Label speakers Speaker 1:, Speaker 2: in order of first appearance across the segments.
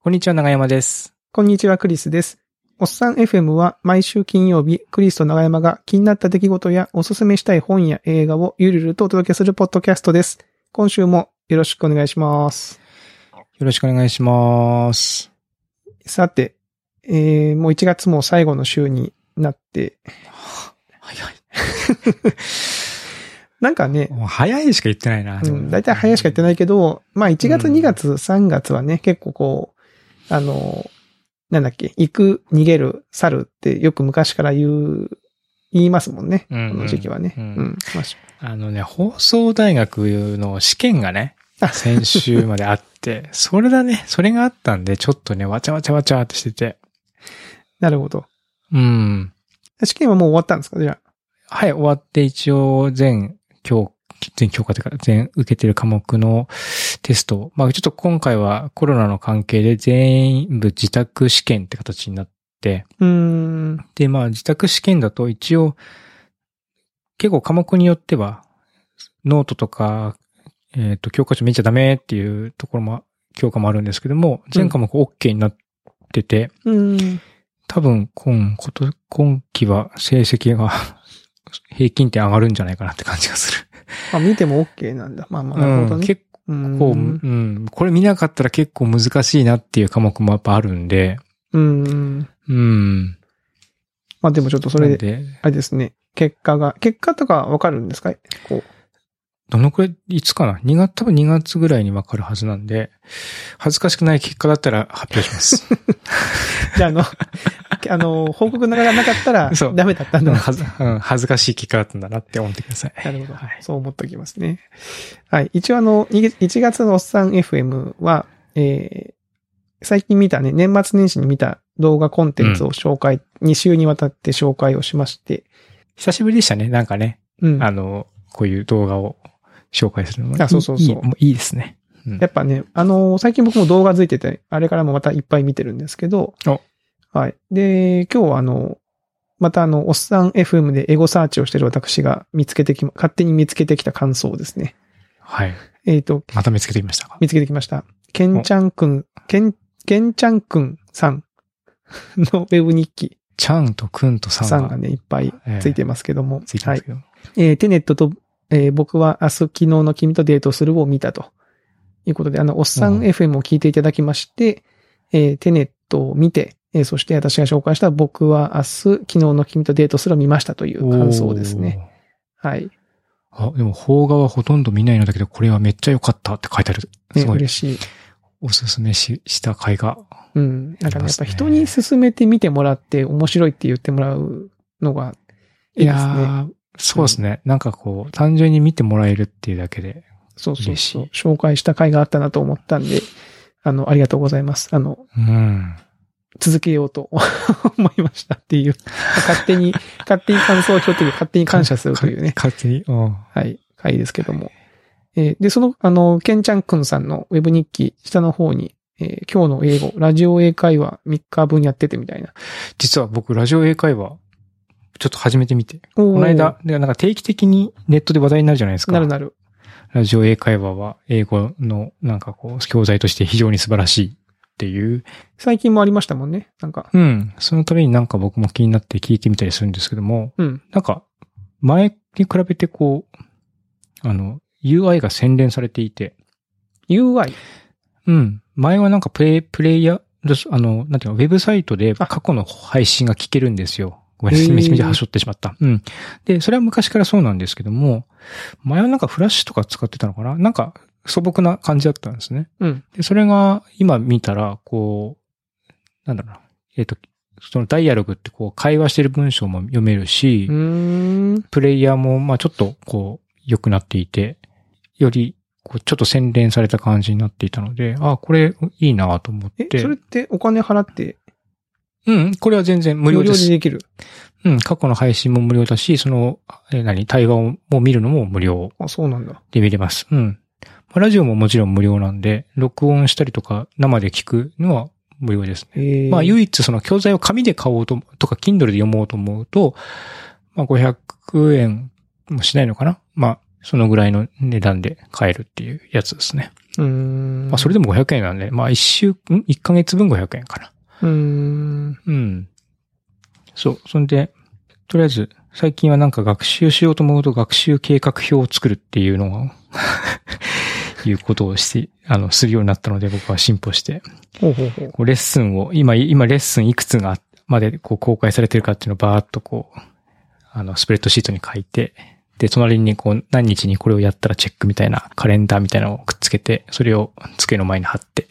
Speaker 1: こんにちは、長山です。
Speaker 2: こんにちは、クリスです。おっさん FM は毎週金曜日、クリスと長山が気になった出来事やおすすめしたい本や映画をゆるゆるとお届けするポッドキャストです。今週もよろしくお願いします。
Speaker 1: よろしくお願いします。
Speaker 2: さて、えー、もう1月も最後の週になって、
Speaker 1: 早い。
Speaker 2: なんかね、
Speaker 1: もう早いしか言ってないな。
Speaker 2: うん、だいたい早いしか言って
Speaker 1: ない。
Speaker 2: ないけど、まあ1月、
Speaker 1: うん
Speaker 2: 2月、3月はね、結構こう、あの、なんだっけ、行く、逃げる、去るってよく昔から言う、言いますもんね。
Speaker 1: うんうん
Speaker 2: この時期はね。
Speaker 1: う
Speaker 2: うんん。まあし
Speaker 1: あのね、放送大学の試験がね、
Speaker 2: あ
Speaker 1: 先週まであ って、それだね、それがあったんで、ちょっとね、わちゃわちゃわちゃってしてて。
Speaker 2: なるほど。
Speaker 1: うん。
Speaker 2: 試験はもう終わったんですかじゃあ。
Speaker 1: はい、終わって一応、全教、全教科というか、全受けてる科目のテストをまあちょっと今回はコロナの関係で全部自宅試験って形になって、
Speaker 2: うーん。
Speaker 1: で、まあ、自宅試験だと一応、結構科目によっては、ノートとか、えっ、と、教科書見ちゃダメっていうところも、教科もあるんですけども、全科目 OK になってて、
Speaker 2: うーん。
Speaker 1: 多分今、こと、今期は成績が 平均点上がるんじゃないかなって感じがする。
Speaker 2: まあ見ても OK なんだ。まあまあ、なるほど
Speaker 1: うん、
Speaker 2: ね。
Speaker 1: 結
Speaker 2: う。
Speaker 1: 構、うんん、これ見なかったら結構難しいなっていう科目もやっぱあるんで、
Speaker 2: うん。
Speaker 1: うん。
Speaker 2: まあでもちょっとそれ
Speaker 1: なん
Speaker 2: で、
Speaker 1: で、
Speaker 2: あれですね。結果が、結果とかわかるんですかこう。
Speaker 1: どのくらい、いつかな ?2 月、多分2月ぐらいにわかるはずなんで、恥ずかしくない結果だったら発表します。
Speaker 2: じゃあ、あの、 あの、報告ながらなかったら
Speaker 1: そう、
Speaker 2: ダメだった
Speaker 1: あ
Speaker 2: んだ
Speaker 1: の
Speaker 2: な。
Speaker 1: はずうん恥ずかしい結果だったんだなって思ってください。
Speaker 2: なるほど
Speaker 1: はい。
Speaker 2: そう思っておきますね。はい。一応あの、い1月のおっさん FM は、えー最近見たね、年末年始に見た動画コンテンツを紹介、2週にわたって紹介をしまして、
Speaker 1: 久しぶりでしたね、なんかね。
Speaker 2: うん。
Speaker 1: あの、こういう動画を紹介するのも、
Speaker 2: あそうそうそう
Speaker 1: いいもういいですね。うん
Speaker 2: やっぱね、あのー最近僕も動画づいてて、あれからもまたいっぱい見てるんですけど
Speaker 1: お、
Speaker 2: はい。で、今日はあの、またあの、おっさん FM でエゴサーチをしてる私が見つけてきま、勝手に見つけてきた感想をですね。
Speaker 1: はい。
Speaker 2: えっ、と、
Speaker 1: また見つけてみましたか。
Speaker 2: 見つけてきました。けんちゃんくん、けん、けんちゃんくんさんのウェブ日記
Speaker 1: ちゃんとくんとさん
Speaker 2: さんがね、いっぱい
Speaker 1: ええ
Speaker 2: ついてますけども。
Speaker 1: ついて
Speaker 2: は
Speaker 1: ま
Speaker 2: い
Speaker 1: す。けど。
Speaker 2: えーテネットと、えー僕は明日昨日の君とデートするを見たと。いうことで、あの、おっさ
Speaker 1: うんん
Speaker 2: FM を聞いていただきまして、えーテネットを見て、えーそして私が紹介した僕は明日昨日の君とデートするを見ましたという感想ですね。はい。
Speaker 1: おー。あ、でも、邦画はほとんど見ないのだけど、これはめっちゃ良かったって書いてある。
Speaker 2: ね、
Speaker 1: すごい。
Speaker 2: 嬉しい。
Speaker 1: おすすめしした回が。
Speaker 2: うん。なんか
Speaker 1: あり
Speaker 2: ね、
Speaker 1: ま
Speaker 2: や
Speaker 1: す
Speaker 2: っ
Speaker 1: ね
Speaker 2: ぱ人に勧めて見てもらって面白いって言ってもらうのがいいですね。
Speaker 1: ーそうですね。なんかこう、単純に見てもらえるっていうだけで。
Speaker 2: そうそう
Speaker 1: 嬉し
Speaker 2: そ。
Speaker 1: いう
Speaker 2: 紹介した回があったなと思ったんで、あの、ありがとうございます。あの、
Speaker 1: うん。
Speaker 2: 続けようと 思いましたっていう、勝 手に、勝手に感想を拾って勝手に感謝するというね、
Speaker 1: か勝手に。うん。
Speaker 2: はい、回ですけども。えーで、その、あの、ケンちゃんくんさんのウェブ日記、下の方に、えー今日の英語、ラジオ英会話3日分やっててみたいな。
Speaker 1: 実は僕、ラジオ英会話、ちょっと始めてみて。
Speaker 2: こ
Speaker 1: この間、でなんか定期的にネットで話題になるじゃないですか。
Speaker 2: なるなる。
Speaker 1: ラジオ英会話は、英語の、なんかこう、教材として非常に素晴らしいっていう。
Speaker 2: 最近もありましたもんね、なんか。
Speaker 1: うん。そのためになんか僕も気になって聞いてみたりするんですけども、
Speaker 2: うん。
Speaker 1: なんか、前に比べてこう、あの、UI が洗練されていて、
Speaker 2: UI。
Speaker 1: うん。前はなんかプレイ、プレイヤー、あの、なんていうの、ウェブサイトで
Speaker 2: あ
Speaker 1: 過去の配信が聞けるんですよ。ごめんなさい、
Speaker 2: へー
Speaker 1: めちゃめちゃ端折ってしまった。うん。で、それは昔からそうなんですけども、前はなんかフラッシュとか使ってたのかななんか素朴な感じだったんですね。
Speaker 2: うん。
Speaker 1: で、それが今見たら、こう、なんだろうな。えっ、と、そのダイアログってこう会話してる文章も読めるし、
Speaker 2: うーん。
Speaker 1: プレイヤーも、まあちょっと、こう、良くなっていて、より、こう、ちょっと洗練された感じになっていたので、あこれ、いいなと思っ
Speaker 2: え、
Speaker 1: て
Speaker 2: そ。れってお金払って
Speaker 1: うん、これは全然無料で。
Speaker 2: ですできる。
Speaker 1: うん、過去の配信も無料だし、その、え、何、対話をもう見るのも無料
Speaker 2: あ、そうなんだ。
Speaker 1: で見れます。うん。まあラジオももちろん無料なんで、録音したりとか、生で聞くのは無料ですね。
Speaker 2: えー、
Speaker 1: まあ唯一その教材を紙で買おうと、とか Kindle で読もうと思うと、まあ500円もしないのかなまあそのぐらいの値段で買えるっていうやつですね。
Speaker 2: うーん。
Speaker 1: まあ、それでも500円なんで、まあ、一週、ん ?1 ヶ月分500円かな。
Speaker 2: うーん。
Speaker 1: うん。そう。そんで、とりあえず、最近はなんか学習しようと思うと学習計画表を 作るっていうのが、いうことをして、あの、するようになったので僕は進歩して、
Speaker 2: ほうほうほう。
Speaker 1: こうレッスンを、今、今レッスンいくつがまでこう公開されてるかっていうのをバーっとこう、あの、スプレッドシートに書いて、で、隣にこう、何日にこれをやったらチェックみたいな、カレンダーみたいなのをくっつけて、それを机の前に貼って、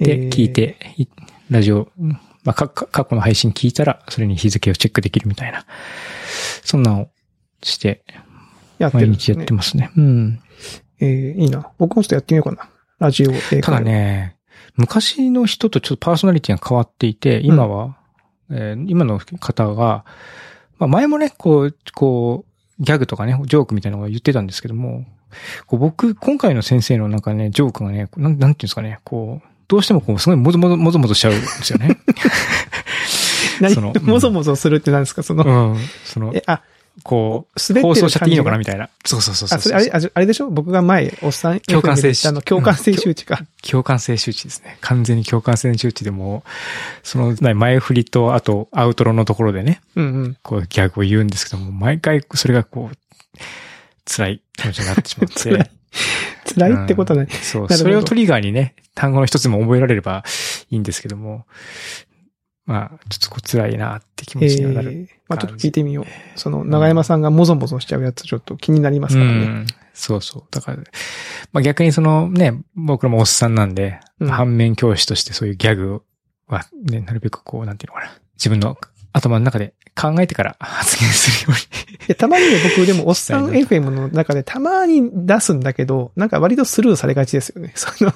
Speaker 2: え
Speaker 1: で、
Speaker 2: ー
Speaker 1: 聞い。て、いラジオ、まあ、か、か過去の配信聞いたら、それに日付をチェックできるみたいな。そんなのをして、
Speaker 2: やって
Speaker 1: 毎
Speaker 2: るんで
Speaker 1: 日
Speaker 2: す
Speaker 1: や
Speaker 2: ね
Speaker 1: って。ますね。うん。
Speaker 2: えーいいな。僕もちょっとやってみようかな。ラジオ英会話
Speaker 1: ただ。ね、昔の人とちょっとパーソナリティが変わっていて、今は、えー今の方が、まあ、前もね、こう、こう、ギャグとかね、ジョークみたいなのを言ってたんですけども、こう僕、今回の先生のなんかね、ジョークがね、なんなんていうんですかね、こう、どうしてもこう、すごいもぞもぞ、もぞもぞしちゃうんですよ ね。
Speaker 2: 何
Speaker 1: そのうん
Speaker 2: もぞもぞするって何ですかその、
Speaker 1: うん。その、
Speaker 2: え、あ、
Speaker 1: こう、
Speaker 2: 滑
Speaker 1: 放
Speaker 2: ってる感じが
Speaker 1: 送しちゃっていいのかなみたいな。そうそうそうそう
Speaker 2: あ、それあれ、あれあれでしょ僕が前、おっさん、
Speaker 1: 共感性
Speaker 2: FM で言ったあの、共感性周知か。
Speaker 1: 共感性周知ですね。完全に共感性周知でもう、そのな前振りと、あとアウトロのところでね、
Speaker 2: うんうん。
Speaker 1: こうギャグを言うんですけども、毎回それがこう、辛い気持ちになってしまっ
Speaker 2: 辛い
Speaker 1: て。
Speaker 2: 辛いってことはない。
Speaker 1: そ
Speaker 2: なるほ
Speaker 1: う、
Speaker 2: ど
Speaker 1: それをトリガーにね、単語の一つでも覚えられればいいんですけども、まあ、ちょっとこう辛いなって気持
Speaker 2: え
Speaker 1: ちにはなる。
Speaker 2: ー、まあちょっと聞いてみよう。その、長山さんがもぞもぞしちゃうやつ、ちょっと気になりますから
Speaker 1: う
Speaker 2: ね。
Speaker 1: ん、そうそう。だから、まあ逆にそのね、僕らもおっさんなんで、
Speaker 2: うん
Speaker 1: 反面教師としてそういうギャグはね、なるべくこう、なんていうのかな。自分の頭の中で考えてから発言するように。
Speaker 2: いやたまにね、僕でも、おっさん
Speaker 1: 伝え
Speaker 2: FM の中でたまに出すんだけど、なんか割とスルーされがちですよね。 その、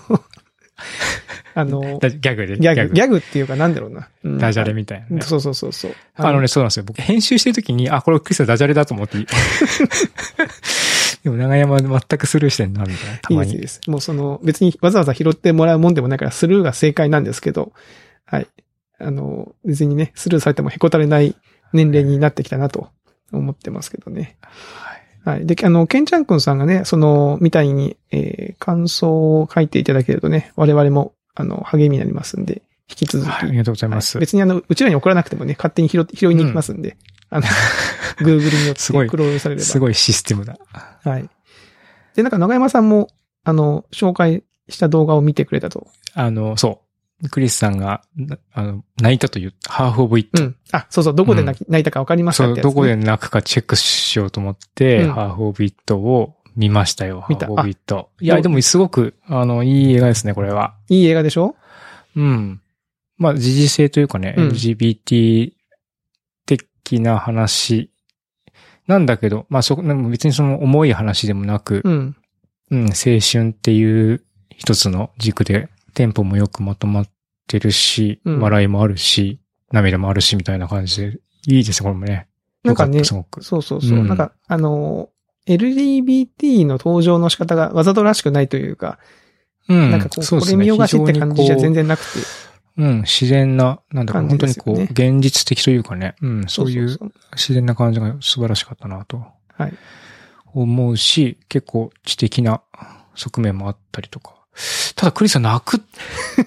Speaker 2: あの、
Speaker 1: だギャグで。
Speaker 2: ギャグ、ギャグっていうかなんだろうな。うん
Speaker 1: ダジャレみたいなね、
Speaker 2: そうそうそうそう。
Speaker 1: あのね、そうなんですよ。僕、編集してるときに、あ、これクリスはダジャレだと思 って。でも、長山は全くスルーしてんな、みたいな。た
Speaker 2: いい
Speaker 1: ま
Speaker 2: です、
Speaker 1: に。
Speaker 2: いいです。もうその、別にわざわざ拾ってもらうもんでもないから、スルーが正解なんですけど、はい。あの、別にね、スルーされてもへこたれない年齢になってきたなと思ってますけどね。はい。で、あの、ケンちゃんくんさんがね、その、みたいに、えー感想を書いていただけるとね、我々も、あの、励みになりますんで、引き続き。
Speaker 1: はいありがとうございます。
Speaker 2: はい別にあの、うちらに送らなくてもね、勝手に拾って拾いに行きますんで、あの、Google によっ
Speaker 1: すごい
Speaker 2: てクロールされれば
Speaker 1: す。ごいシステムだ。
Speaker 2: はい。で、なんか長山さんも、あの、紹介した動画を見てくれたと。
Speaker 1: あの、そう。クリスさんが、なあの、泣いたという、ハーフオブイット。
Speaker 2: うん。あ、そうそう、どこで泣き泣いたかわかりました
Speaker 1: そ
Speaker 2: っ
Speaker 1: う、
Speaker 2: てやつ、
Speaker 1: どこで泣くかチェックしようと思って、
Speaker 2: うん
Speaker 1: ハーフオブイットを見ましたよ。
Speaker 2: 見た
Speaker 1: ハーフオブイット。いや、
Speaker 2: どう
Speaker 1: でもすごく、あの、いい映画ですね、これは。
Speaker 2: いい映画でしょ
Speaker 1: うん。まあ、時事性というかね、
Speaker 2: うん
Speaker 1: LGBT 的な話なんだけど、まあ、そこ、なんか別にその重い話でもなく、
Speaker 2: うん。
Speaker 1: うん、青春っていう一つの軸で、テンポもよくまとまってるし、
Speaker 2: うん
Speaker 1: 笑いもあるし、涙もあるし、みたいな感じで、いいですね、これもね。
Speaker 2: なんか
Speaker 1: よ
Speaker 2: ね
Speaker 1: ったすごく。
Speaker 2: そうそうそう。
Speaker 1: うん
Speaker 2: なんか、あの、LGBT の登場の仕方がわざとらしくないというか、
Speaker 1: うん
Speaker 2: なんかこう、
Speaker 1: そうで
Speaker 2: こ
Speaker 1: す
Speaker 2: れ
Speaker 1: ね
Speaker 2: 見よがしって感じじゃ
Speaker 1: 非常
Speaker 2: 全
Speaker 1: にこ
Speaker 2: 然なくて。
Speaker 1: ううん、自然な、なんだか、
Speaker 2: 感
Speaker 1: 本
Speaker 2: じ
Speaker 1: 当
Speaker 2: で
Speaker 1: に
Speaker 2: すよ
Speaker 1: こ
Speaker 2: ね
Speaker 1: う、現実的というかね、うん、そうい
Speaker 2: そうそ
Speaker 1: 自然な感じが素晴らしかったなと
Speaker 2: そはい。
Speaker 1: 思うし、結構知的な側面もあったりとか。ただ、クリスは泣 く、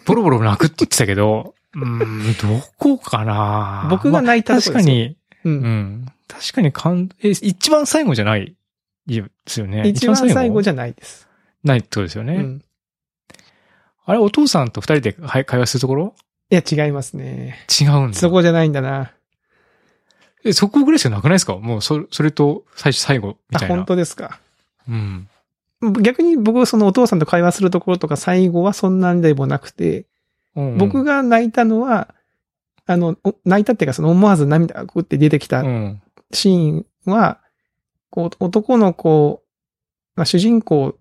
Speaker 1: ボロボロ泣くって言ってたけど、うん、どこかな
Speaker 2: 僕が泣いたと
Speaker 1: 確
Speaker 2: こ
Speaker 1: かに、う
Speaker 2: う。
Speaker 1: んん。確かに感、え、一番最後じゃないですよね。
Speaker 2: 一番最後じ
Speaker 1: ゃ
Speaker 2: ゃないです。
Speaker 1: ないってことですよね。
Speaker 2: うん。
Speaker 1: あれ、お父さんと二人ではい会話するところ
Speaker 2: いや、違いますね。
Speaker 1: 違うんだ。
Speaker 2: そこじゃないんだな。
Speaker 1: え、そこぐらいしかなくないですかもう、そ、それと、最初、最後、み
Speaker 2: あ、
Speaker 1: たいな。
Speaker 2: 本当ですか。
Speaker 1: うん。
Speaker 2: 逆に僕はそのお父さんと会話するところとか最後はそんなんでもなくて、
Speaker 1: うんうん
Speaker 2: 僕、が泣いたのは、あの、お泣いたっていうかその思わず涙がこうって出てき
Speaker 1: う
Speaker 2: た
Speaker 1: ん。
Speaker 2: シーンは、こう男の子、まあ、主人公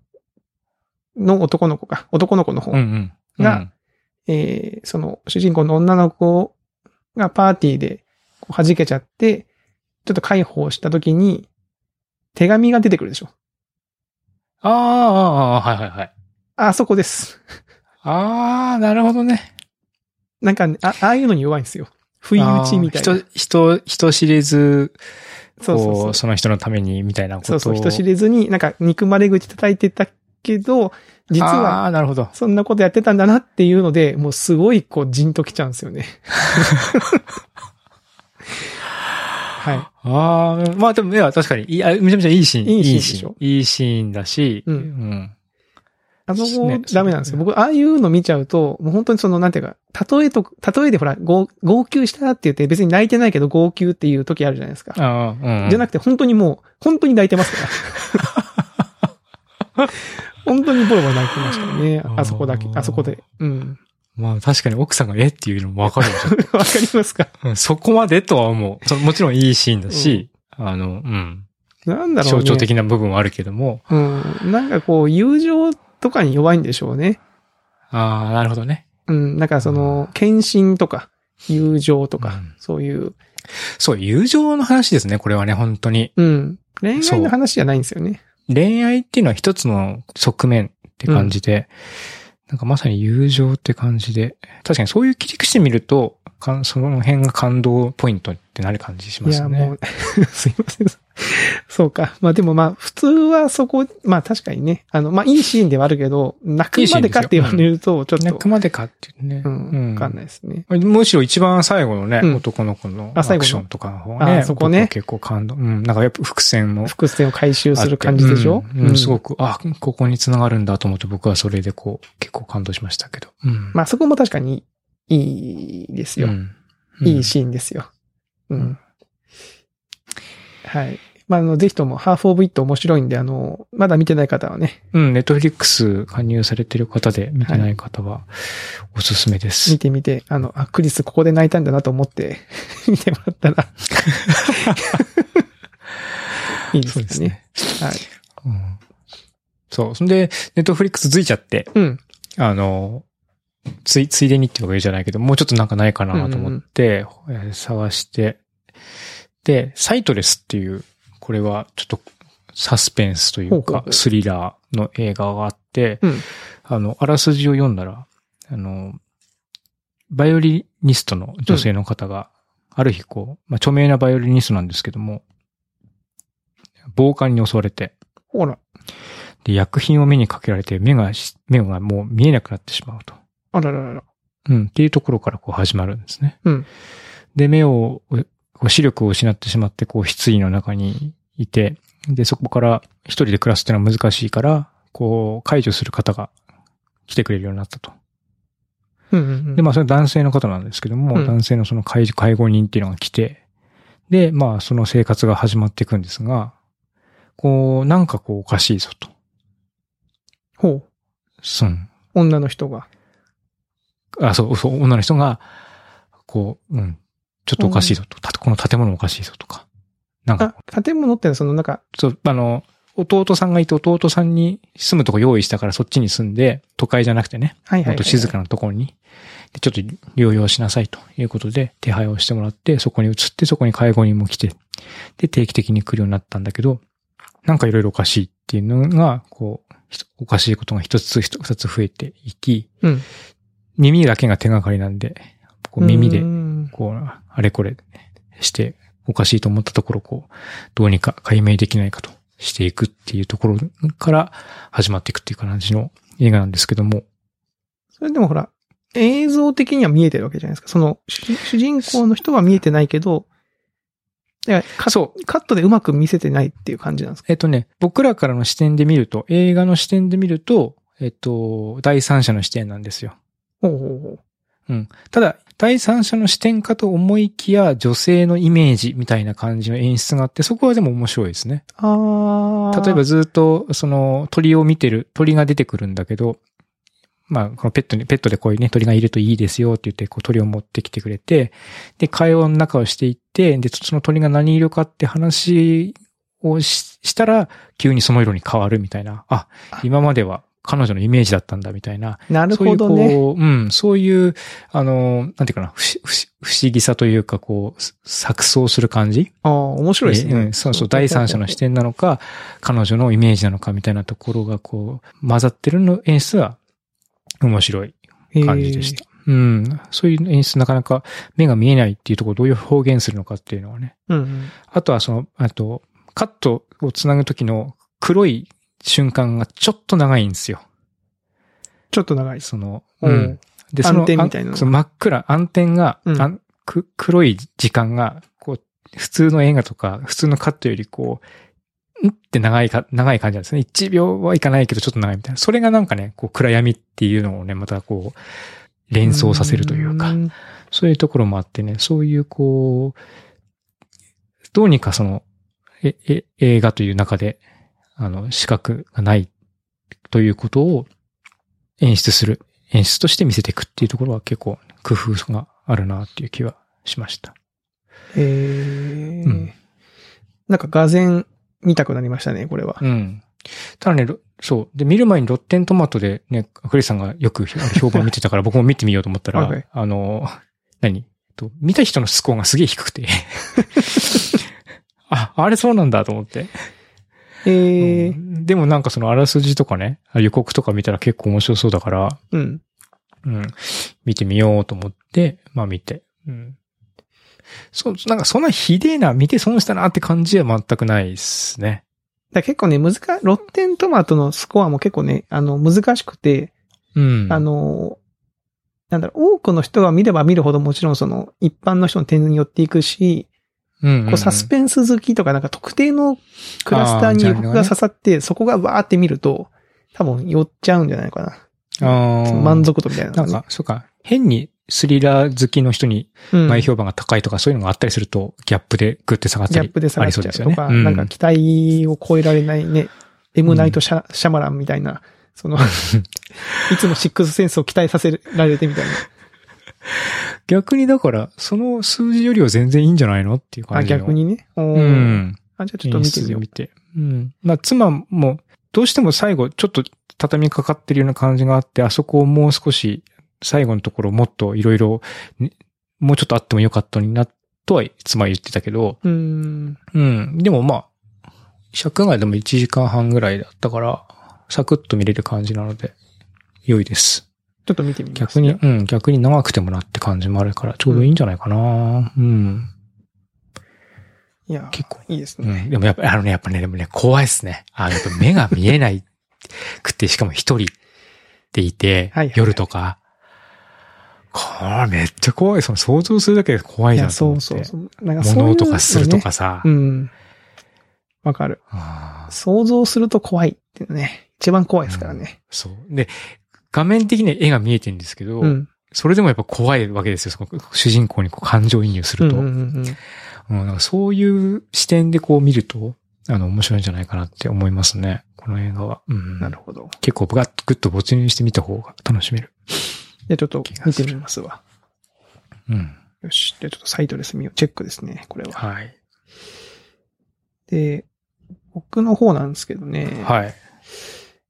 Speaker 2: の男の子か、男の子の方、
Speaker 1: うんうん。
Speaker 2: が、えーその主人公の女の子がパーティーでこう弾けちゃって、ちょっと解放した時に手紙が出てくるでしょ。
Speaker 1: あーあー、あーはいはいはい。
Speaker 2: あそこです。
Speaker 1: ああ、なるほどね。
Speaker 2: なんかね、あああいうのに弱いんですよ。不意打ちみたいな。
Speaker 1: あー人、人、人知れず、こ
Speaker 2: そう
Speaker 1: う
Speaker 2: そうそう。
Speaker 1: その人のために、みたいなこと
Speaker 2: そう
Speaker 1: を
Speaker 2: そう、人知れずに、なんか憎まれ口叩いてたけど、実は、
Speaker 1: ああー、なるほど。
Speaker 2: そんなことやってたんだなっていうので、もうすごいこう、じんときちゃうんですよね。はい。
Speaker 1: ああ、まあでも、いや、確かに、いや、めちゃめちゃいいシーン。
Speaker 2: いいシーンでしょ
Speaker 1: いいシーンだし、
Speaker 2: うん
Speaker 1: ん
Speaker 2: あそこ
Speaker 1: ね
Speaker 2: ダメなんですよ。
Speaker 1: そう
Speaker 2: 僕、ああいうの見ちゃうと、もう本当にその、なんていうか、例えと、例えでほら、号号泣したって言って、別に泣いてないけど号泣っていう時あるじゃないですか。
Speaker 1: ああ、うん。
Speaker 2: じゃな
Speaker 1: く
Speaker 2: くて、本当にもう、本当に泣いてますから。 本当にボロボロ泣いてましたね。あそこだけ、あそこで。うん。
Speaker 1: まあ確かに奥さんがえっていうの もわかるでし
Speaker 2: わかりますか
Speaker 1: ょうん。そこまでとは思う。そのもちろんいいシーンだし、あの、うん。
Speaker 2: なんだろうね。
Speaker 1: 象徴的な部分はあるけども。
Speaker 2: うん。なんかこう、友情とかに弱いんでしょうね。
Speaker 1: ああ、なるほどね。
Speaker 2: うん。なんかその、献身とか、友情とか、
Speaker 1: うん
Speaker 2: そういう、
Speaker 1: そう、友情の話ですね、これはね、本当に。
Speaker 2: うん。恋愛の話じゃないんですよね。
Speaker 1: 恋愛っていうのは一つの側面って感じで、なんかまさに友情って感じで、確かにそういう切り口で見ると、かんその辺が感動ポイントってなる感じし
Speaker 2: い
Speaker 1: ます
Speaker 2: や、
Speaker 1: よ
Speaker 2: も
Speaker 1: ね。
Speaker 2: う、 すいません。そうか。まあでもまあ、普通はそこ、まあ確かにね、あの、まあいいシーンではあるけど、泣くまでかって言われると、ちょっ
Speaker 1: 泣
Speaker 2: と
Speaker 1: く、までかっていうね。
Speaker 2: うん、わかんないですね。
Speaker 1: むしろ一番最後のね、
Speaker 2: うん
Speaker 1: 男の子の
Speaker 2: あ
Speaker 1: ア
Speaker 2: 最後の
Speaker 1: クションとかの方が
Speaker 2: あ
Speaker 1: ね、
Speaker 2: そこね
Speaker 1: 僕は結構感動。うん、なんかやっぱ伏線も。
Speaker 2: 伏線を回収する感じでしょ
Speaker 1: うん、うんすご
Speaker 2: く。
Speaker 1: く、あ、ここに繋がるんだと思って僕はそれでこう、結構感動しましたけど。うん。
Speaker 2: まあそこも確かにいいですよ
Speaker 1: う。ん
Speaker 2: いいシーンですよ。う
Speaker 1: うんん。
Speaker 2: はい。まあ、あの、ぜひとも、ハーフオブイット面白いんで、あの、まだ見てない方はね、
Speaker 1: うん、ネットフリックス加入されてる方で見てない方はおすすめです。
Speaker 2: 見てみて、あの、あ、クリスここで泣いたんだなと思って、 見てもらっ たら。いいです
Speaker 1: そう
Speaker 2: ね。
Speaker 1: ですね。
Speaker 2: はい。
Speaker 1: うん、そう。そんで、ネットフリックスついちゃって、
Speaker 2: うん。
Speaker 1: あの、つい、ついでにってわけじゃないけど、もうちょっとなんかないかなと思って、えー探して、で、サイトレスっていう、これはちょっとサスペンスとい
Speaker 2: ほう
Speaker 1: う
Speaker 2: ほう
Speaker 1: か
Speaker 2: ほ、う
Speaker 1: スリラーの映画があって、
Speaker 2: うん
Speaker 1: あの、あらすじを読んだら、あの、バイオリニストの女性の方が、ある日こう、まあ、著名なバイオリニストなんですけども、暴漢に襲われて、
Speaker 2: ほら、
Speaker 1: で、薬品を目にかけられて、目がし、目がもう見えなくなってしまうと。
Speaker 2: あらららら。
Speaker 1: うん、っていうところからこう始まるんですね。
Speaker 2: うん
Speaker 1: で、目を、こう視力を失ってしまって、こう、失意の中にいて、で、そこから一人で暮らすっていうのは難しいから、こう、解除する方が来てくれるようになったと。
Speaker 2: うんうんうん。
Speaker 1: で、まあ、それは男性の方なんですけども、
Speaker 2: うん
Speaker 1: 男性のその介介護人っていうのが来て、で、まあ、その生活が始まっていくんですが、こう、なんかこう、おかしいぞと。
Speaker 2: ほう。
Speaker 1: そう。
Speaker 2: 女の人が。
Speaker 1: あ、そう、そう、女の人が、こう、うん、ちょっとおかしいぞと、たこの建物おかしいぞとか、なんか、
Speaker 2: あ、建物ってのはその、なんか、
Speaker 1: そう、あの、弟さんがいて弟さんに住むとこ用意したからそっちに住んで、都会じゃなくてね、
Speaker 2: はいはい、
Speaker 1: も
Speaker 2: は
Speaker 1: っ
Speaker 2: い。
Speaker 1: と静かなところに、でちょっと療養しなさいということで、手配をしてもらって、そこに移って、そこに介護人も来て、で、定期的に来るようになったんだけど、なんかいろいろおかしいっていうのが、こう、ひとおかしいことが一つ一つ二つ増えていき、
Speaker 2: うん
Speaker 1: 耳だけが手がかりなんで、こう耳で
Speaker 2: う、ん
Speaker 1: こう、あれこれして、おかしいと思ったところ、こう、どうにか解明できないかとしていくっていうところから始まっていくっていう感じの映画なんですけども、
Speaker 2: それでもほら、映像的には見えてるわけじゃないですか。その、主主人公の人は見えてないけど、だからカ
Speaker 1: そう
Speaker 2: カットでうまく見せてないっていう感じなんですか
Speaker 1: えっとね、僕らからの視点で見ると、映画の視点で見ると、えっと、第三者の視点なんですよ。
Speaker 2: ほうほうほう。
Speaker 1: ただ、第三者の視点かと思いきや、女性のイメージみたいな感じの演出があって、そこはでも面白いですね。
Speaker 2: あー
Speaker 1: 例えば、ずっと、その、鳥を見てる、鳥が出てくるんだけど、まあ、このペットに、ペットでこういうね、鳥がいるといいですよって言って、こう鳥を持ってきてくれて、で、会話の中をしていって、で、その鳥が何色かって話をししたら、急にその色に変わるみたいな、あ
Speaker 2: あ、
Speaker 1: 今までは彼女のイメージだったんだみたいな、
Speaker 2: なるほど
Speaker 1: そういう
Speaker 2: ね。
Speaker 1: こう、うん、そういう、あの、なんていうかな、不思不思不思議さというか、こう、す錯綜する感じ
Speaker 2: ああ、面白いですね。
Speaker 1: えうん、そうそう、第三者の視点なのか、彼女のイメージなのかみたいなところがこう、混ざってるの演出は面白い感じでした。うん。そういう演出なかなか目が見えないっていうところをどういう表現するのかっていうのはね。
Speaker 2: えー。うんうん。
Speaker 1: あとはその、あと、カットをつなぐときの黒い瞬間がちょっと長いんですよ。
Speaker 2: ちょっと長いです。
Speaker 1: その、
Speaker 2: うん
Speaker 1: うんで、その、
Speaker 2: 暗転みたいなの
Speaker 1: あその真っ暗、暗転が、
Speaker 2: うん
Speaker 1: あんく黒い時間が、こう、普通の映画とか、普通のカットよりこう、んって長いか、長い感じなんですね。1秒はいかないけど、ちょっと長いみたいな。それがなんかね、こう、暗闇っていうのをね、またこう、連想させるというか、
Speaker 2: ん
Speaker 1: そういうところもあってね、そういうこう、どうにかその、え、え、映画という中で、あの、視覚がないということを演出する、演出として見せていくっていうところは結構工夫があるなっていう気はしました。
Speaker 2: え
Speaker 1: う
Speaker 2: ー
Speaker 1: ん。
Speaker 2: なんか、がぜ見たくなりましたね、これは。
Speaker 1: うん。ただね、ろそう。で、見る前にロッテントマトでね、クリスさんがよくひあの評判見て たから僕も見てみようと思った
Speaker 2: はいは
Speaker 1: ら
Speaker 2: い、
Speaker 1: あの、何えっと見た人のスコアがすげえ低くて。 あ、あれそうなんだと思って、
Speaker 2: えー
Speaker 1: うんでもなんかそのあらすじとかね、予告とか見たら結構面白そうだから、
Speaker 2: うん。
Speaker 1: うん、見てみようと思って、まあ見て。うん。そう、なんかそんなひでえな、見て損したなって感じは全くないですね。
Speaker 2: だから結構ね、難か、ロッテントマトのスコアも結構ね、あの、難しくて、
Speaker 1: うん。
Speaker 2: あの、なんだろう、多くの人が見れば見るほどもちろんその、一般の人の点に寄っていくし、
Speaker 1: うんうんうん、
Speaker 2: こうサスペンス好きとかなんか特定のクラスター
Speaker 1: あー
Speaker 2: に
Speaker 1: ジャンルがね
Speaker 2: 僕が刺さって、そこがわーって見ると、多分寄っちゃうんじゃないかな。
Speaker 1: あー
Speaker 2: 満足度みたいなの
Speaker 1: な
Speaker 2: が
Speaker 1: ん
Speaker 2: ね。
Speaker 1: か、そうか、変にスリラー好きの人に
Speaker 2: うん
Speaker 1: 前評判が高いとか、そういうのがあったりすると、ギャップでグッて下がっ
Speaker 2: ギ
Speaker 1: た
Speaker 2: ャ
Speaker 1: り
Speaker 2: ップで下
Speaker 1: あ
Speaker 2: がっ
Speaker 1: り
Speaker 2: ち
Speaker 1: そ
Speaker 2: ゃ
Speaker 1: う
Speaker 2: う
Speaker 1: です
Speaker 2: と
Speaker 1: よね。
Speaker 2: か、なんか期待を超えられないね。エムナイトシャシャマランみたいな、その、 いつもシックスセンスを期待させられてみたいな。
Speaker 1: 逆にだから、その数字よりは全然いいんじゃないのっていう
Speaker 2: あ、
Speaker 1: 感じの。
Speaker 2: 逆。にね。おー
Speaker 1: うん。
Speaker 2: あ、じゃあちょっと見てみよ
Speaker 1: 演出
Speaker 2: う
Speaker 1: 見て。うん。まあ、妻も、どうしても最後、ちょっと畳みかかってるような感じがあって、あそこをもう少し、最後のところもっといろいろ、ねもうちょっとあってもよかったのにな、とは妻は言ってたけど、
Speaker 2: うーん。
Speaker 1: うん。でもまあ、尺外でも1時間半ぐらいだったから、サクッと見れる感じなので、良いです。
Speaker 2: ちょっと見てみます。
Speaker 1: 逆に、うん、逆に長くてもなって感じもあるから、ちょうどいいんじゃないかな、うん、
Speaker 2: いや、
Speaker 1: 結構。
Speaker 2: いいです
Speaker 1: う
Speaker 2: ね。
Speaker 1: ん。でもやっぱ、あのね、やっぱね、でもね、怖いっすね。あの、やっぱ目が見えないくて、しかも一人でいて、
Speaker 2: はいはい
Speaker 1: 夜とか。これめっちゃ怖い。その想像するだけで怖い
Speaker 2: い
Speaker 1: じゃ
Speaker 2: や、
Speaker 1: んと
Speaker 2: そ
Speaker 1: 思っ
Speaker 2: う
Speaker 1: て。
Speaker 2: そうそう。なんかそういう
Speaker 1: 物音がすると
Speaker 2: のね。
Speaker 1: かさ。
Speaker 2: うん。わかる。
Speaker 1: あー
Speaker 2: 想像すると怖いっていうね。一番怖いですからね。
Speaker 1: そう。で、画面的には絵が見えてるんですけど、
Speaker 2: うん。
Speaker 1: それでもやっぱ怖いわけですよ。その主人公にこう感情移入す
Speaker 2: うん
Speaker 1: ると。
Speaker 2: う
Speaker 1: うんん
Speaker 2: うんうん
Speaker 1: なんかそういう視点でこう見ると、あの、面白いんじゃないかなって思いますね。この映画は。うん。
Speaker 2: なるほど。
Speaker 1: 結構ガッとグッと没入してみた方が楽しめる。
Speaker 2: じゃあちょっと見てみますわ。
Speaker 1: うん。
Speaker 2: よし。じゃあちょっとサイトですみよう。チェックですね。これは。
Speaker 1: はい。
Speaker 2: で、僕の方なんですけどね。
Speaker 1: はい。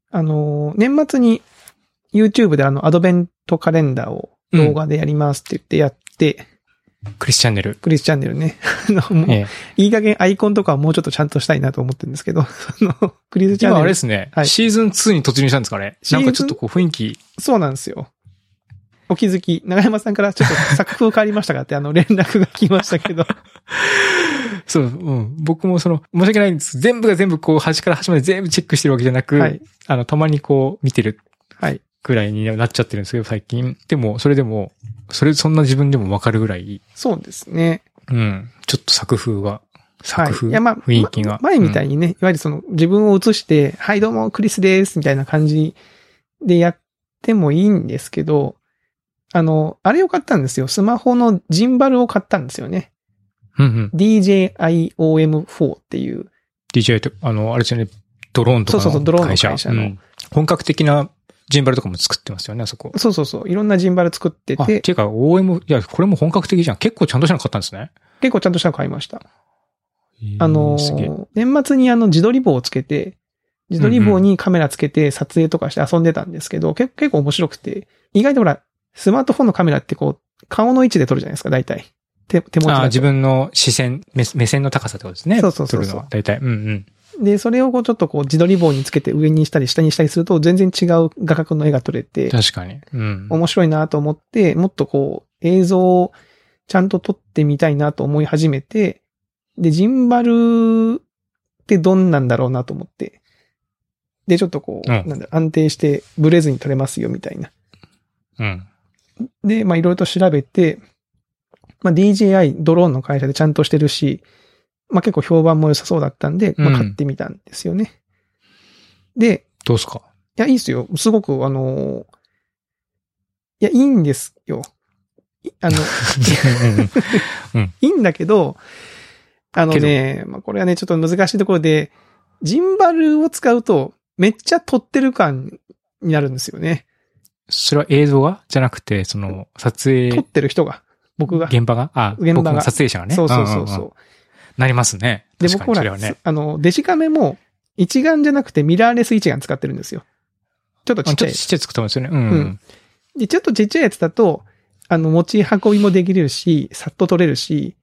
Speaker 2: あの、年末に YouTube であの、アドベントカレンダーを動画でやりますって言ってやって、
Speaker 1: クリスチャンネル。
Speaker 2: クリスチャンネルね。 あの、もう
Speaker 1: ええ、
Speaker 2: いい加減アイコンとかはもうちょっとちゃんとしたいなと思ってるんですけど、 その、クリスチャン
Speaker 1: 今
Speaker 2: ネ
Speaker 1: あれ
Speaker 2: ル
Speaker 1: で。すね、
Speaker 2: はい
Speaker 1: シーズン2に突入したんですかね
Speaker 2: シー
Speaker 1: な
Speaker 2: ズン
Speaker 1: んかちょっとこう雰囲気。
Speaker 2: そうなんですよ。お気づき、長山さんからちょっと作風変わりましたかってあの連絡が来ました けど。
Speaker 1: そう、うん。僕もその、申し訳ないんです。全部が全部こう端から端まで全部チェックしてるわけじゃなく、
Speaker 2: はい。
Speaker 1: あの、たまにこう見てる
Speaker 2: はい。
Speaker 1: ぐらいになっちゃってるんですけど、最近。でも、それでも、それ、そんな自分でもわかるぐらい、
Speaker 2: そうですね。
Speaker 1: うん、ちょっと作風が、
Speaker 2: はい
Speaker 1: 作。風、
Speaker 2: いや、まあ、
Speaker 1: 雰囲気が。
Speaker 2: ま前みた
Speaker 1: い
Speaker 2: いにね、いわゆるその自分を映して、はい、どうも、クリスです、みたいな感じでやってもいいんですけど、あの、あれを買ったんですよ。スマホのジンバルを買ったんですよね。
Speaker 1: うん。うんうん。
Speaker 2: DJIOM4 っていう、
Speaker 1: DJI と、あの、あれですよね、ドローンとかの会社。
Speaker 2: そうそうそうドローンの会社の
Speaker 1: うん本格的なジンバルとかも作ってますよね、あそこ。
Speaker 2: そうそうそう、いろんなジンバル作って
Speaker 1: あ、て
Speaker 2: て、
Speaker 1: いうか OM、いや、これも本格的じゃん。結構ちゃんとしたの買ったんですね。
Speaker 2: 結構ちゃんとしたの買いました。あ
Speaker 1: へ
Speaker 2: の
Speaker 1: ーすげえ。
Speaker 2: ー、年末にあの自撮り棒をつけて、自撮り棒にカメラつけて撮影とかして遊んでたんですけど、結結構面白くて、意外とほら、スマートフォンのカメラってこう、顔の位置で撮るじゃないですか、大体。手手持ちだ
Speaker 1: あ
Speaker 2: と
Speaker 1: ー自分の視線目、目線の高さってことですね。
Speaker 2: そうそうそうそう
Speaker 1: 撮るのは大体。うんうん。
Speaker 2: で、それをこうちょっとこう自撮り棒につけて上にしたり下にしたりすると、全然違う画角の絵が撮れて、
Speaker 1: 確かに。うん。
Speaker 2: 面白いなと思って、もっとこう、映像をちゃんと撮ってみたいなと思い始めて、で、ジンバルってどんなんだろうなと思って、で、ちょっとこう、
Speaker 1: うん
Speaker 2: なんだ、安定してブレずに取れますよみたいな。
Speaker 1: うん。
Speaker 2: で、まあいろいろと調べて、まあ DJI ドローンの会社でちゃんとしてるし、まあ結構評判も良さそうだったんで、
Speaker 1: う
Speaker 2: ま
Speaker 1: ん
Speaker 2: あ買ってみたんですよね。で、
Speaker 1: どうっすか
Speaker 2: いや、いいっすよ。すごく、あのーいや、いいんですよ。いあ の、いいんだけど、あのね、まあ、これはね、ちょっと難しいところで、ジンバルを使うと、めっちゃ撮ってる感になるんですよね。
Speaker 1: それは映像がじゃなくて、その、撮
Speaker 2: 撮っ
Speaker 1: 影、
Speaker 2: てる人が、僕が。
Speaker 1: 現場があ、
Speaker 2: 現場が
Speaker 1: 僕の撮影者がね。
Speaker 2: そうそうそう
Speaker 1: うん
Speaker 2: そ
Speaker 1: うん
Speaker 2: う。
Speaker 1: うんなりますね。
Speaker 2: で、
Speaker 1: 確か
Speaker 2: 僕
Speaker 1: に
Speaker 2: ら、
Speaker 1: それはね。
Speaker 2: あの、デジカメも、一眼じゃなくてミラーレス一眼使ってるんですよ。ちょっと
Speaker 1: あち
Speaker 2: ち
Speaker 1: ょ
Speaker 2: っ
Speaker 1: っとち
Speaker 2: ちゃい
Speaker 1: っ。ちゃい作ったんですよね。うん。
Speaker 2: うんで、ちょっとちっちゃいやつだと、あの、持ち運びもできるし、さっと撮れるし、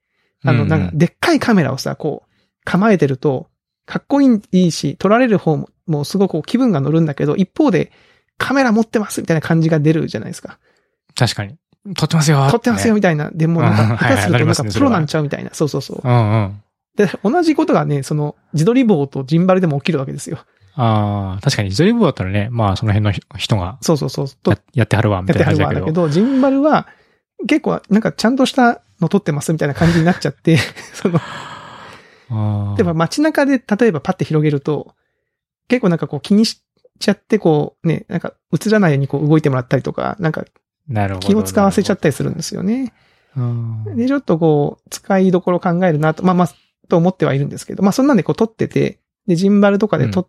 Speaker 2: あの、
Speaker 1: うん
Speaker 2: なんか、でっかいカメラをさ、こう、構えてると、かっこいいし、撮られる方も、もうすごくこう気分が乗るんだけど、一方で、カメラ持ってますみたいな感じが出るじゃないですか。
Speaker 1: 確かに。撮ってますよ。
Speaker 2: 撮ってますよ
Speaker 1: ね。
Speaker 2: みたいな。でも、なん
Speaker 1: うん
Speaker 2: か、下手
Speaker 1: はいは
Speaker 2: する
Speaker 1: いな
Speaker 2: と
Speaker 1: り
Speaker 2: なん
Speaker 1: ます
Speaker 2: か
Speaker 1: ね
Speaker 2: プロなんちゃうみたいな。そうそうそう。
Speaker 1: うんうん。
Speaker 2: で、同じことがね、その、自撮り棒とジンバルでも起きるわけですよ。
Speaker 1: ああ、確かに、ゾリボだったらね、まあ、その辺の人人が
Speaker 2: そうそうそう。と
Speaker 1: ややってはるわ、み
Speaker 2: やった
Speaker 1: い
Speaker 2: て
Speaker 1: な
Speaker 2: は
Speaker 1: 感じだ
Speaker 2: るわ。
Speaker 1: け
Speaker 2: だけ
Speaker 1: ど。
Speaker 2: ど、ジンバルは、結構、なんかちゃんとしたの撮ってますみたいな感じになっちゃって、 その、
Speaker 1: あー
Speaker 2: 例えば街中で、例えばパッて広げると、結構なんかこう気にしちゃって、こうね、なんか映らないようにこう動いてもらったりとか、なんか
Speaker 1: なるほど。
Speaker 2: 気を使わせちゃったりするんですよね。
Speaker 1: うん。
Speaker 2: で、ちょっとこう、使いどころ考えるなと、まあまあ、と思ってはいるんですけど、まあそんなんでこう撮ってて、で、ジンバルとかで撮っ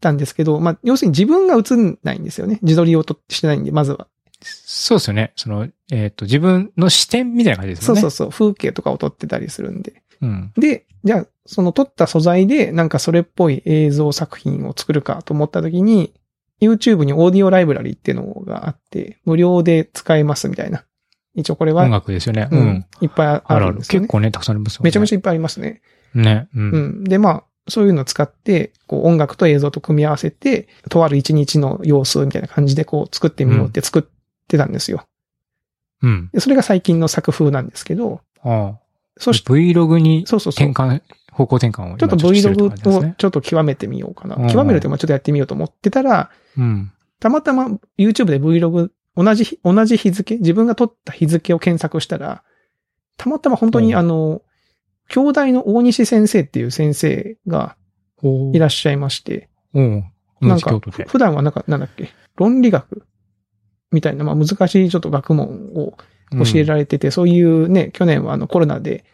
Speaker 2: たんですけど、まあ要するに自分が映んないんですよね。自撮りをとしてないんで、まずは。
Speaker 1: そうですよね。その、えっ、と、自分の視点みたいな感じです
Speaker 2: そ
Speaker 1: よ
Speaker 2: う
Speaker 1: ね。
Speaker 2: そう
Speaker 1: う
Speaker 2: そう、風景とかを撮ってたりするんで。
Speaker 1: そう。うん。
Speaker 2: で、じゃあ、その撮った素材で、なんかそれっぽい映像作品を作るかと思った時に、YouTube にオーディオライブラリーっていうのがあって、無料で使えますみたいな。一応これは、
Speaker 1: 音楽ですよね。
Speaker 2: う
Speaker 1: うんん。
Speaker 2: いっぱいあ
Speaker 1: あるあ
Speaker 2: るん
Speaker 1: る。
Speaker 2: ですよね。
Speaker 1: 結構ね、たくさんありますよね。
Speaker 2: めちゃめち
Speaker 1: ゃ。
Speaker 2: ゃいっぱいありますね。
Speaker 1: ね。うん。
Speaker 2: うん。で、まあ、そういうのを使って、こう音楽と映像と組み合わせて、とある一日の様子みたいな感じでこう作ってみようって作ってたんですよ。
Speaker 1: うん。
Speaker 2: でそれが最近の作風なんですけど、
Speaker 1: ああ。
Speaker 2: そして、
Speaker 1: Vlog に
Speaker 2: そうそうそう
Speaker 1: 転。換、方向転換を今
Speaker 2: ちょっと
Speaker 1: してるって感じで
Speaker 2: Vlog
Speaker 1: す
Speaker 2: を
Speaker 1: ね。
Speaker 2: ちょっと極めてみようかな。
Speaker 1: うん
Speaker 2: 極めるというか、ちょっとやってみようと思ってたら、
Speaker 1: うん。
Speaker 2: たまたま YouTube で Vlog、同じ日、同じ日付、自分が撮った日付を検索したら、たまたま本当に
Speaker 1: うん
Speaker 2: あの、兄弟の大西先生っていう先生が
Speaker 1: お
Speaker 2: いらっしゃいまして、
Speaker 1: おう
Speaker 2: な
Speaker 1: 同
Speaker 2: ん
Speaker 1: じ
Speaker 2: か
Speaker 1: 京都、で。
Speaker 2: 普段はなんか、なんだっけ、論理学みたいな、まあ難しいちょっと学問を教えられてて、そういうね、去年はあのコロナで、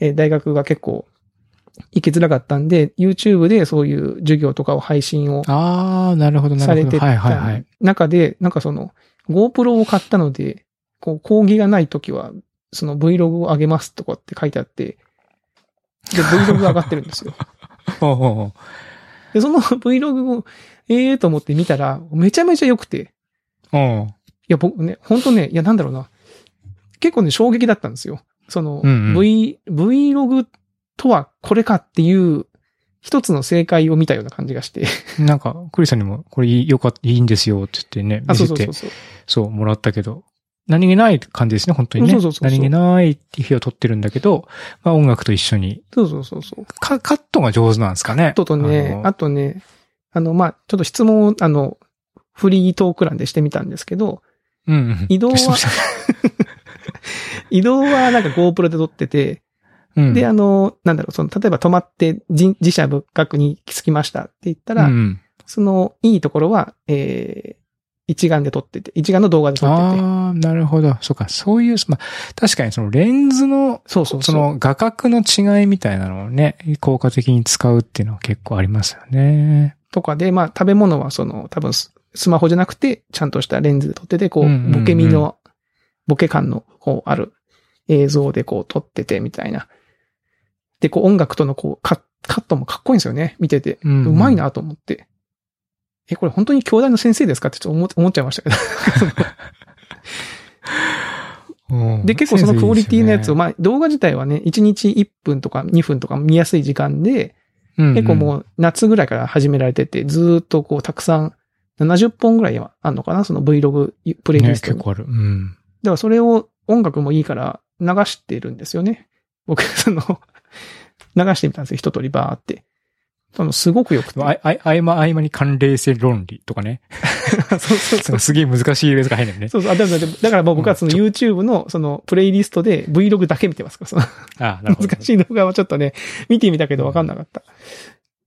Speaker 2: えー大学が結構行きづらかったんで、YouTube でそういう授業とかを配信を
Speaker 1: うんああ、なるほど、な
Speaker 2: さ
Speaker 1: る
Speaker 2: れ
Speaker 1: ほ
Speaker 2: て
Speaker 1: ど。はいはいは
Speaker 2: た
Speaker 1: い。
Speaker 2: 中で、なんかその GoPro を買ったので、こう講義がない時は、その Vlog を上げますとかって書いてあって、で、Vlog が上がってるんで すよ。
Speaker 1: おうおうおう
Speaker 2: で、その Vlog を、ええー、と思って見たら、めちゃめちゃ良くて、
Speaker 1: おう
Speaker 2: いや、僕ね、本当ね、いや、なんだろうな。結構ね、衝撃だったんですよ。その、
Speaker 1: うんうん
Speaker 2: V、Vlog とはこれかっていう、一つの正解を見たような感じがして。
Speaker 1: なんか、クリスさんにも、これいいよかった、いいんですよって言ってね、
Speaker 2: あ、
Speaker 1: 見
Speaker 2: そう
Speaker 1: せ
Speaker 2: そうそ
Speaker 1: て
Speaker 2: う、そう。
Speaker 1: そう、もらったけど、何気ない感じですね、本当にね。
Speaker 2: そうそうそうそう
Speaker 1: 何気ない日を撮ってるんだけど、まあ音楽と一緒に。
Speaker 2: そうそうそうそう。
Speaker 1: か、カットが上手なんですかね。
Speaker 2: あととね、
Speaker 1: あ
Speaker 2: あとね、あの、まあ、ちょっと質問を、あの、フリートーク欄でしてみたんですけど、
Speaker 1: のうんうん。
Speaker 2: 移動は
Speaker 1: そうそう
Speaker 2: 移動はなんか GoPro で撮ってて、
Speaker 1: うん。
Speaker 2: で、あの、なんだろう、その、例えば止まってじ自社仏閣に着きましたって言った
Speaker 1: た
Speaker 2: ら、
Speaker 1: うん。
Speaker 2: その、いいところは、えー、一眼で撮ってて、一眼の動画で撮ってて。
Speaker 1: ああ、なるほど。そうか、そういう、まあ、確かにそのレンズの、
Speaker 2: そうそう
Speaker 1: そ
Speaker 2: そう。
Speaker 1: の画角の違いみたいなのをね、効果的に使うっていうのは結構ありますよね。
Speaker 2: とかで、まあ、食べ物はその、多分ス、スマホじゃなくて、ちゃんとしたレンズで撮ってて、こ
Speaker 1: うんうん
Speaker 2: う、
Speaker 1: うん
Speaker 2: ボケ身の、ボケ感の、こう、ある映像でこう、撮ってて、みたいな。で、こう、音楽とのこう、カッカットもかっこいいんですよね、見てて。
Speaker 1: うん
Speaker 2: うまいなと思って。え、これ本当に兄弟の先生ですかってちょっと思思っちゃいましたけど。
Speaker 1: うん
Speaker 2: で、結構そのクオリティのやつを、
Speaker 1: ま
Speaker 2: まあ、動画自体はね、1日1分とか2分とか見やすい時間で、結構も
Speaker 1: う、
Speaker 2: う夏ぐらいから始められてて、ずーっとこうたくさん、70本ぐらいはあんのかなその Vlog プレイ
Speaker 1: ね、
Speaker 2: リス
Speaker 1: 結
Speaker 2: トに。だか
Speaker 1: 構ある。うん。
Speaker 2: らそれを音楽もいいから流 してるんですよね。僕、その、流してみたんですよ。一通りバーって。多分すごくよくて。
Speaker 1: ああ合間合間に関連性論理とかね。
Speaker 2: そうそうそう。
Speaker 1: すげえ難しいやつが入るんだよね。
Speaker 2: そうそう。あ、でも、でもだからもう僕はその YouTube のそのプレイリストで Vlog だけ見てますから、その
Speaker 1: ああ、なるほど。
Speaker 2: 難しい動画はちょっとね、見てみたけど分かんなかった。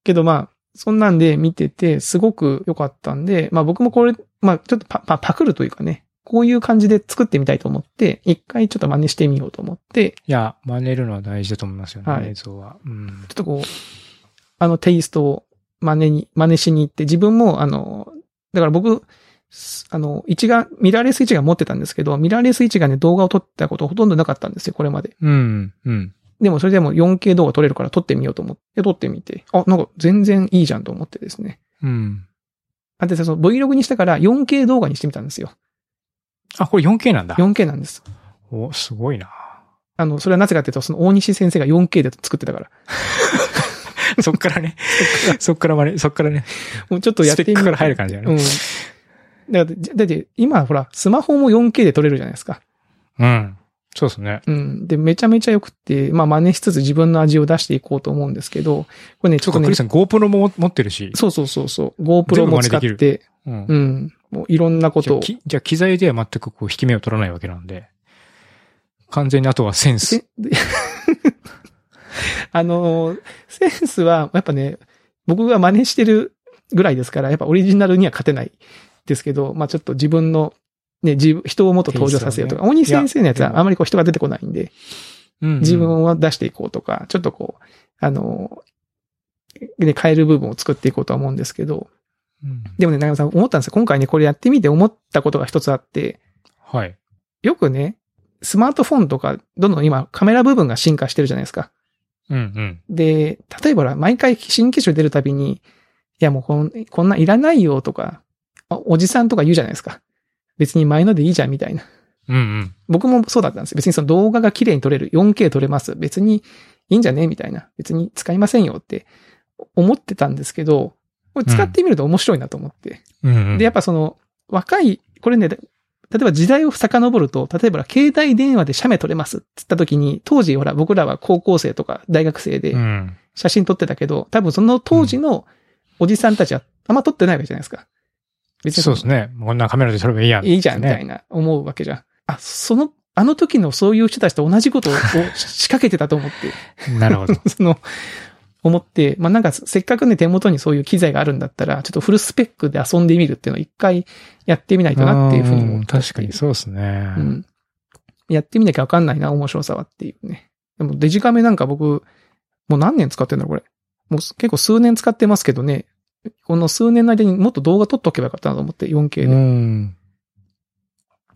Speaker 2: けどまあ、そんなんで見てて、すごく良かったんで、まあ僕もこれ、まあちょっとパパパクるというかね、こういう感じで作ってみたいと思って、一回ちょっと真似してみようと思って、
Speaker 1: いや、真似るのは大事だと思いますよね、
Speaker 2: はい
Speaker 1: 映像は。うん。
Speaker 2: ちょっとこう、あのテイストを真似に、真似しに行って、自分もあの、だから僕、すあの、一眼、ミラーレス一眼持ってたんですけど、ミラーレス一眼で動画を撮ったことほとんどなかったんですよ、これまで。
Speaker 1: うん、うん。
Speaker 2: でもそれでも 4K 動画撮れるから撮ってみようと思って、撮ってみて、あ、なんか全然いいじゃんと思ってですね。
Speaker 1: うん。
Speaker 2: あ、で、その Vlog にしたから 4K 動画にしてみたんですよ。
Speaker 1: あ、これ 4K なんだ。
Speaker 2: 4K なんです。
Speaker 1: お、すごい な。
Speaker 2: あの、それはなぜかっていうと、その大西先生が 4K で作ってたから。
Speaker 1: そっからね。 そっから真似、そっからね。
Speaker 2: もうちょっとやってみ
Speaker 1: スペッ
Speaker 2: よ
Speaker 1: ク
Speaker 2: う
Speaker 1: から入る感じだよね
Speaker 2: うん。だって、じだって今ほら、スマホも 4K で撮れるじゃないですか。
Speaker 1: うん。そうですね。
Speaker 2: うん。で、めちゃめちゃ良くって、まあ真似しつつ自分の味を出していこうと思うんですけど、これね、ち
Speaker 1: そ
Speaker 2: ょ
Speaker 1: う
Speaker 2: っ
Speaker 1: か、
Speaker 2: と
Speaker 1: ク
Speaker 2: ね
Speaker 1: リス、さん GoPro も持ってるし。
Speaker 2: そうそうそうそう、
Speaker 1: 全
Speaker 2: GoPro
Speaker 1: 部真
Speaker 2: も
Speaker 1: 似
Speaker 2: 使っ
Speaker 1: できる
Speaker 2: て、
Speaker 1: うん
Speaker 2: う。ん。もういろんなこ
Speaker 1: じゃ
Speaker 2: と
Speaker 1: あ
Speaker 2: を。
Speaker 1: きじゃあ機材では全くこう、引き目を取らないわけなんで。完全にあとはセンス。
Speaker 2: せ であのー、センスは、やっぱね、僕が真似してるぐらいですから、やっぱオリジナルには勝てないですけど、まあちょっと自分の、ね、自分、人をもっと登場させようとか、
Speaker 1: テ
Speaker 2: 大
Speaker 1: イス
Speaker 2: 西
Speaker 1: トをね
Speaker 2: 先生のやつ
Speaker 1: い
Speaker 2: は
Speaker 1: や
Speaker 2: あまりこう人が出てこないんで、
Speaker 1: うん、
Speaker 2: 自分を出していこうとか、ちょっとこう、あのー、ね、変える部分を作っていこうとは思うんですけど、
Speaker 1: うん。
Speaker 2: でもね、長山さん思ったんですよ。今回ね、これやってみて思ったことが一つあって、
Speaker 1: はい。
Speaker 2: よくね、スマートフォンとか、どんどん今カメラ部分が進化してるじゃないですか。
Speaker 1: うんうん。
Speaker 2: で、例えばほら毎回新機種出るたびに、いやもうこんこんなんいらないよとかあおじさんとか言うじゃないですか。別に前のでいいじゃんみたいな。
Speaker 1: うんうん。
Speaker 2: 僕もそうだったんですよ。別にその動画が綺麗に撮れる、4K 撮れます。別にいいんじゃねみたいな。別に使いませんよって思ってたんですけど、これ使ってみると面白いなと思って。
Speaker 1: うんうん。
Speaker 2: で、やっぱその若い、これね、例えば時代を遡ると、例えば携帯電話で写メ撮れますって言った時に、当時ほら僕らは高校生とか大学生で、
Speaker 1: うん。
Speaker 2: 写真撮ってたけど、多分その当時のおじさんたちはあんま撮ってないわけじゃないですか。別に
Speaker 1: そうですね。こんなカメラで撮ればいいやん、
Speaker 2: いいじゃんみた
Speaker 1: ね。
Speaker 2: いな思うわけじゃん。あ、その、あの時のそういう人たちと同 じことを仕掛けてたと思って、
Speaker 1: なる ほど。
Speaker 2: その、思って、まあ、なんかせっかくね手元にそういう機材があるんだったら、ちょっとフルスペックで遊んでみるっていうのを一回やってみないとなっていうふうに思
Speaker 1: ん
Speaker 2: ったっていう
Speaker 1: 確かにそうですね。
Speaker 2: うん。やってみなきゃわかんないな、面白さはっていうね。でもデジカメなんか僕、もう何年使ってんだろう、これ。もうす結構数年使ってますけどね。この数年の間にもっと動画撮っとけばよかったなと思って、4K
Speaker 1: う
Speaker 2: で。
Speaker 1: ん。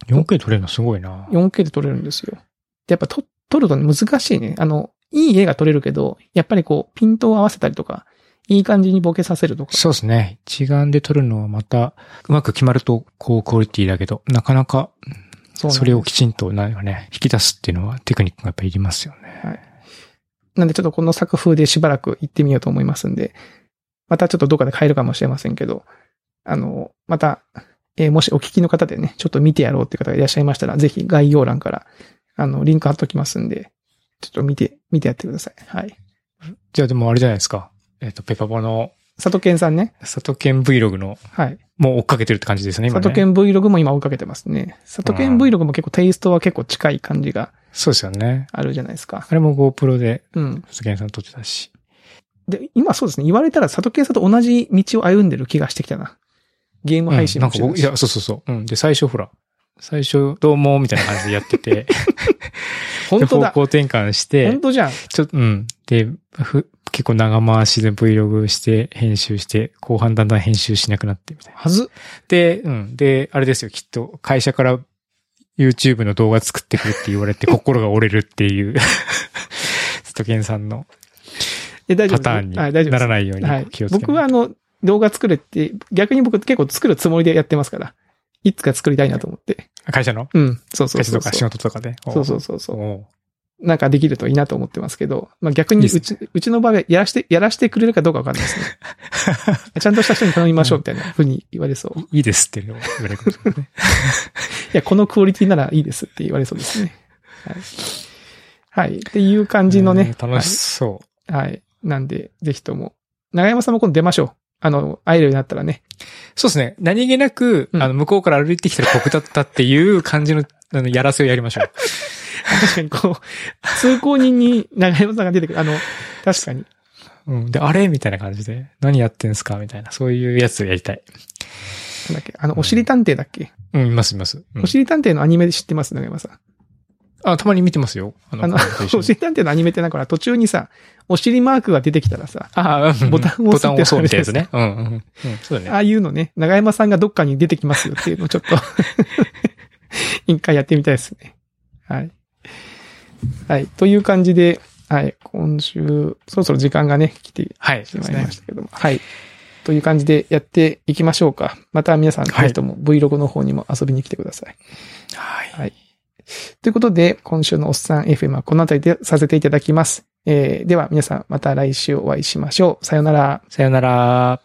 Speaker 1: 4K 撮れるのすごいな。
Speaker 2: 4K で撮れるんですよ。で、やっぱ撮、撮るとね難しいね。あの、いい絵が撮れるけど、やっぱりこう、ピントを合わせたりとか、いい感じにボケさせるとか。
Speaker 1: そうですね。一眼で撮るのはまた、うまく決まると高クオリティだけど、なかなか
Speaker 2: そうなんです
Speaker 1: それをきちんとなんかね、引き出すっていうのはテクニックがやっぱいりますよね。
Speaker 2: なんでちょっとこの作風でしばらく行ってみようと思いますんで、またちょっとどっかで変えるかもしれませんけど、あの、また、えーもしお聞きの方でね、ちょっと見てやろうっていう方がいらっしゃいましたら、ぜひ概要欄から、あの、リンク貼っときますんで、ちょっと見て、見てやってください。はい。
Speaker 1: じゃあでもあれじゃないですか。えっ、と、ペパボの
Speaker 2: 佐藤健さんね。
Speaker 1: 佐藤健 Vlog の、
Speaker 2: はい。
Speaker 1: もう追っかけてるって感じですね、今
Speaker 2: 佐
Speaker 1: ね。
Speaker 2: 藤健 Vlog も今追いかけてますね。佐藤健 Vlog も結構テイストは結構近い感じが
Speaker 1: そうですよね。
Speaker 2: あるじゃないですか。
Speaker 1: あれも GoPro で
Speaker 2: うん。
Speaker 1: 佐藤健さん撮ってたし。
Speaker 2: で、今そうですね。言われたら佐藤健さんと同じ道を歩んでる気がしてきたな。ゲーム配信
Speaker 1: うん
Speaker 2: も
Speaker 1: なん
Speaker 2: し
Speaker 1: か
Speaker 2: てるし
Speaker 1: 僕、いや、そうそうそう。うん。で、最初ほら、最初、どうも、みたいな感じでやってて、
Speaker 2: 本当
Speaker 1: で方
Speaker 2: だ
Speaker 1: 向。転換して
Speaker 2: 本、当じゃん。
Speaker 1: ちょっと、うん。で、ふ結構長回しで Vlog して、編集して、後半だんだん編集しなくなって、みたいな。
Speaker 2: はず。
Speaker 1: で、うん。で、あれですよ、きっと、会社から YouTube の動画作ってくれって言われて、心が折れるっていう、ストケンさんの
Speaker 2: え、大丈夫
Speaker 1: パタ
Speaker 2: です
Speaker 1: ーンに
Speaker 2: は、
Speaker 1: ない
Speaker 2: 大丈夫
Speaker 1: らないよう
Speaker 2: です。は
Speaker 1: に
Speaker 2: い
Speaker 1: 気を。つけて。
Speaker 2: 僕はあの、動画作れって、逆に僕結構作るつもりでやってますから。いつか作りたいなと思って。
Speaker 1: 会社の
Speaker 2: うん。そうそう
Speaker 1: 会社
Speaker 2: そ
Speaker 1: と
Speaker 2: う。
Speaker 1: か仕事とかで。
Speaker 2: そうそううそうそう。
Speaker 1: おう
Speaker 2: なんかできるといいなと思ってますけど、まあ逆
Speaker 1: い
Speaker 2: に
Speaker 1: いっす
Speaker 2: う
Speaker 1: ね
Speaker 2: ち、うちの場合はやらして、やらしてくれるかどうかわかんないですね。 ちゃんとした人に頼みましょうみたいなふうに言われそう。い
Speaker 1: いいですっていうのを言われるかもしれないね。
Speaker 2: や、このクオリティならいいですって言われそうですね。はい。はい。っていう感じのね。
Speaker 1: うん楽しそう。
Speaker 2: はい。なんで、ぜひとも、長山さんも今度出ましょう。あの、会えるようになったらね。
Speaker 1: そうですね。何気なく、
Speaker 2: うん
Speaker 1: あの、向こうから歩いてきたら僕だったっていう感じの、 あの、やらせをやりましょう。
Speaker 2: 確か にこう、通行人に長山さんが出てくる。あの、確かに。
Speaker 1: うん。で、あれみたいな感じで、何やってんすかみたいな、そういうやつやりたい。
Speaker 2: なんだっけあの、おしり探偵だっけ、
Speaker 1: うん、いますいます。うん
Speaker 2: おしり探偵のアニメ知ってます長山さん。
Speaker 1: あ、たまに見てますよ。あ
Speaker 2: あの、
Speaker 1: 子供と一
Speaker 2: お
Speaker 1: 緒
Speaker 2: し
Speaker 1: に
Speaker 2: り探偵のアニメってなんかほら途中にさ、お尻マークが出てきたらさ、
Speaker 1: あ、うん
Speaker 2: ボタンを押す
Speaker 1: ボタンを押そうみたいなや
Speaker 2: って
Speaker 1: つ
Speaker 2: や
Speaker 1: ね。うん、うん。うん、そうだ
Speaker 2: あ
Speaker 1: ね。
Speaker 2: あいうのね、長山さんがどっかに出てきますよっていうのをちょっと、 一回やってみたいですね。はい。はい。という感じで、はい。今週、そろそろ時間がね、来て
Speaker 1: はい。
Speaker 2: し
Speaker 1: そう
Speaker 2: ま
Speaker 1: で
Speaker 2: い
Speaker 1: すね
Speaker 2: ましたけども。はい。という感じでやっていきましょうか。また皆さん、ぜ
Speaker 1: はい
Speaker 2: ひとも Vlog の方にも遊びに来てください。
Speaker 1: は。
Speaker 2: はいい。ということで、今週のおっさん FM はこの辺りでさせていただきます。えーでは皆さんまた来週お会いしましょう。さようなら。
Speaker 1: さよなら。